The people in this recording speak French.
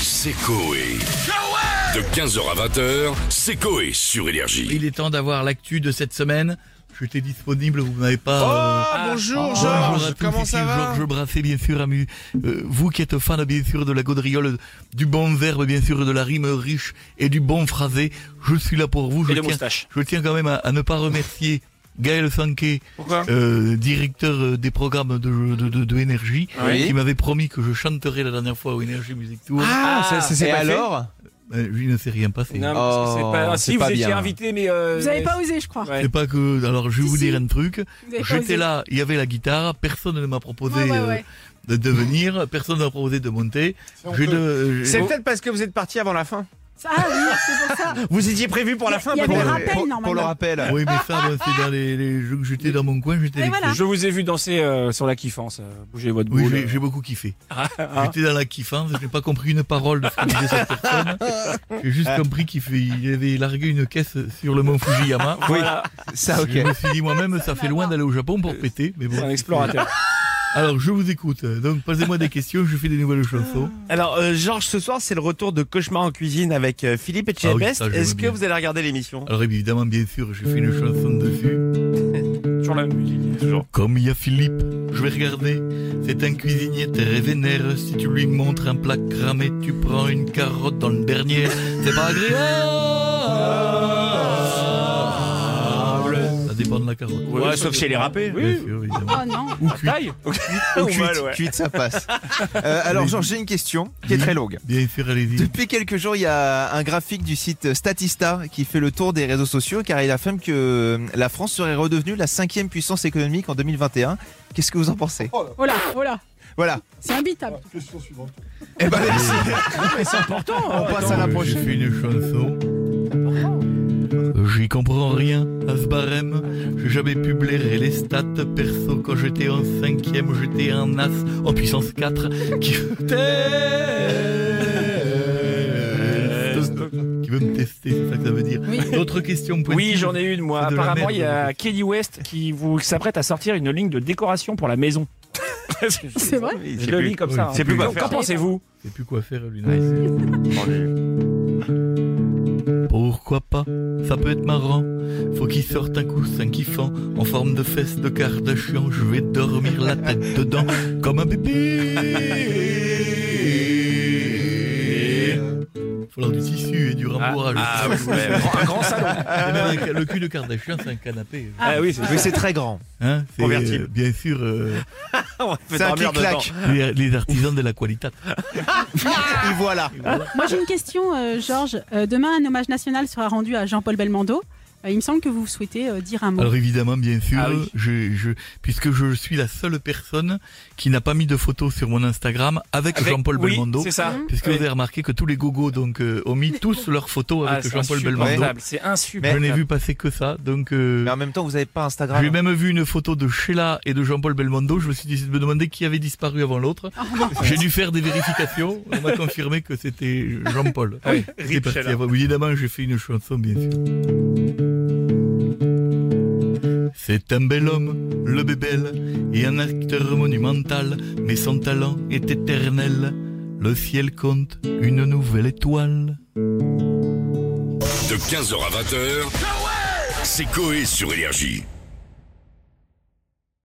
C'est Coé. De 15h à 20h, c'est Coé sur Énergie. Il est temps d'avoir l'actu de cette semaine. J'étais disponible, vous m'avez Oh, pas. euh, bonjour ah, bonjour à Georges, tous, comment ici ça va Georges Brassé, bien sûr, amu. Euh, vous qui êtes fan, bien sûr, de la gaudriole, du bon verbe, bien sûr, de la rime riche et du bon phrasé, je suis là pour vous. Je, Et de tiens, moustache. je tiens quand même à, à ne pas remercier Gaël Sanquet, Pourquoi euh, directeur euh, des programmes de, de, de, de Énergie, Oui. qui m'avait promis que je chanterais la dernière fois au Énergie Music Tour. Ah, ça, ça s'est et pas alors Euh, lui ne s'est rien passé. Non, Oh, c'est pas... ah, c'est si, pas vous étiez bien. invité, mais... euh, Vous n'avez pas osé, je crois. Ouais. C'est pas que. Alors, je vais Si, vous si. dire un truc. Vous avez pas J'étais osé. là, il y avait la guitare, personne ne m'a proposé Ouais, ouais, euh, ouais. de, de venir, personne ne m'a proposé de monter. J'ai de- C'est j'ai- peut-être parce que vous êtes parti avant la fin. Ça, Ah oui, c'est pour ça. Vous étiez prévu pour la fin Il y peut-être avait le Ouais. rappel, normalement. rappel. Oui, mais ça, bon, c'est dans les, les jeux que j'étais dans mon coin, j'étais. Et les- voilà. Je vous ai vu danser euh, sur la kiffance. euh, bougez votre Oui, boule. j'ai- j'ai beaucoup kiffé. Ah, J'étais dans la kiffance, je n'ai pas compris une parole de ce que disait cette personne. J'ai juste compris qu'il fait- il avait largué une caisse sur le mont Fujiyama. Oui, Voilà, ça Je me suis dit moi-même, ça fait loin d'aller au Japon pour péter, mais Ah, c'est un bon. explorateur. Alors, je vous écoute. Donc, posez-moi des questions, je fais des nouvelles chansons. Alors euh, Georges, ce soir c'est le retour de Cauchemar en cuisine avec euh, Philippe et Ah oui, Chebest. ça, je Est-ce veux que bien. vous allez regarder l'émission Alors, évidemment, bien sûr, j'ai fait une chanson dessus. Euh, Sur la musique. Toujours. Comme il y a Philippe, je vais regarder. C'est un cuisinier très vénère. Si tu lui montres un plat cramé, tu prends une carotte dans le dernier. C'est pas agréable. Ça dépend de la carotte. Ouais, Sauf chez les rappés. Bien Oui, sûr, évidemment. Oh non. Ou cuite. taille. Ou Ah, Ou cuite. mal, ouais. Cuite, ça passe. Euh, alors, Georges, j'ai une question qui est très longue. Bien sûr, allez-y. Depuis quelques jours, il y a un graphique du site Statista qui fait le tour des réseaux sociaux car il affirme que euh, la France serait redevenue la cinquième puissance économique en 2021. Qu'est-ce que vous en pensez Oh là, oh là. Voilà. C'est imbitable. Eh ben, Pourtant, on passe à Attends, la euh, prochaine. J'ai fait une chanson. Euh, J'y comprends rien à ce barème. J'ai jamais pu blairer les stats. Perso, quand j'étais en cinquième, j'étais un as en puissance 4 qui veut Euh, Euh, test- qui veut me tester, c'est ça que ça veut dire. Oui. D'autres questions Oui, pointives j'en ai une, moi. C'est de la Apparemment, merde, il y a Kelly West qui vous s'apprête à sortir une ligne de décoration pour la maison. C'est vrai Je le lis comme ça. hein. C'est plus Donc, quoi faire. Qu'en pensez-vous Je sais plus quoi faire, lui. Oh, Pourquoi pas Ça peut être marrant. Faut qu'il sorte un coussin kiffant en forme de fesse de Kardashian. Je vais dormir la tête dedans comme un bébé. Falloir du tissu et du rembourrage. Ah, Un grand salon. Et même un ca- le cul de Kardashian, c'est un canapé. Ah oui, c'est Oui, c'est très grand. Hein, c'est, Convertible. euh, bien sûr euh, C'est un clic-clac. les, les artisans de la qualité. Et voilà. Moi, j'ai une question, euh, Georges. Euh, demain, un hommage national sera rendu à Jean-Paul Belmondo. Euh, il me semble que vous souhaitez euh, dire un mot. Alors évidemment, bien sûr, Ah oui. je, je- puisque je suis la seule personne qui n'a pas mis de photo sur mon Instagram avec, Avec- Jean-Paul oui, Belmondo. C'est ça. Mmh. Puisque Oui. vous avez remarqué que tous les gogos donc, euh, ont mis tous leurs photos Ah, avec c'est Jean-Paul insupportable, Belmondo. C'est Je insupportable. n'ai vu passer que ça. Donc, euh, Mais en même temps, vous n'avez pas j'ai Instagram. même vu une photo de Sheila et de Jean-Paul Belmondo. Je me suis dit de me demander qui avait disparu avant l'autre. Ah, J'ai dû faire des vérifications. On m'a confirmé que c'était Jean-Paul. Ah oui. C'est parti avant. Oui, Évidemment, j'ai fait une chanson, bien sûr. C'est un bel homme, le bébel, et un acteur monumental, mais son talent est éternel. Le ciel compte une nouvelle étoile. De 15h à 20h, c'est Coé sur Énergie.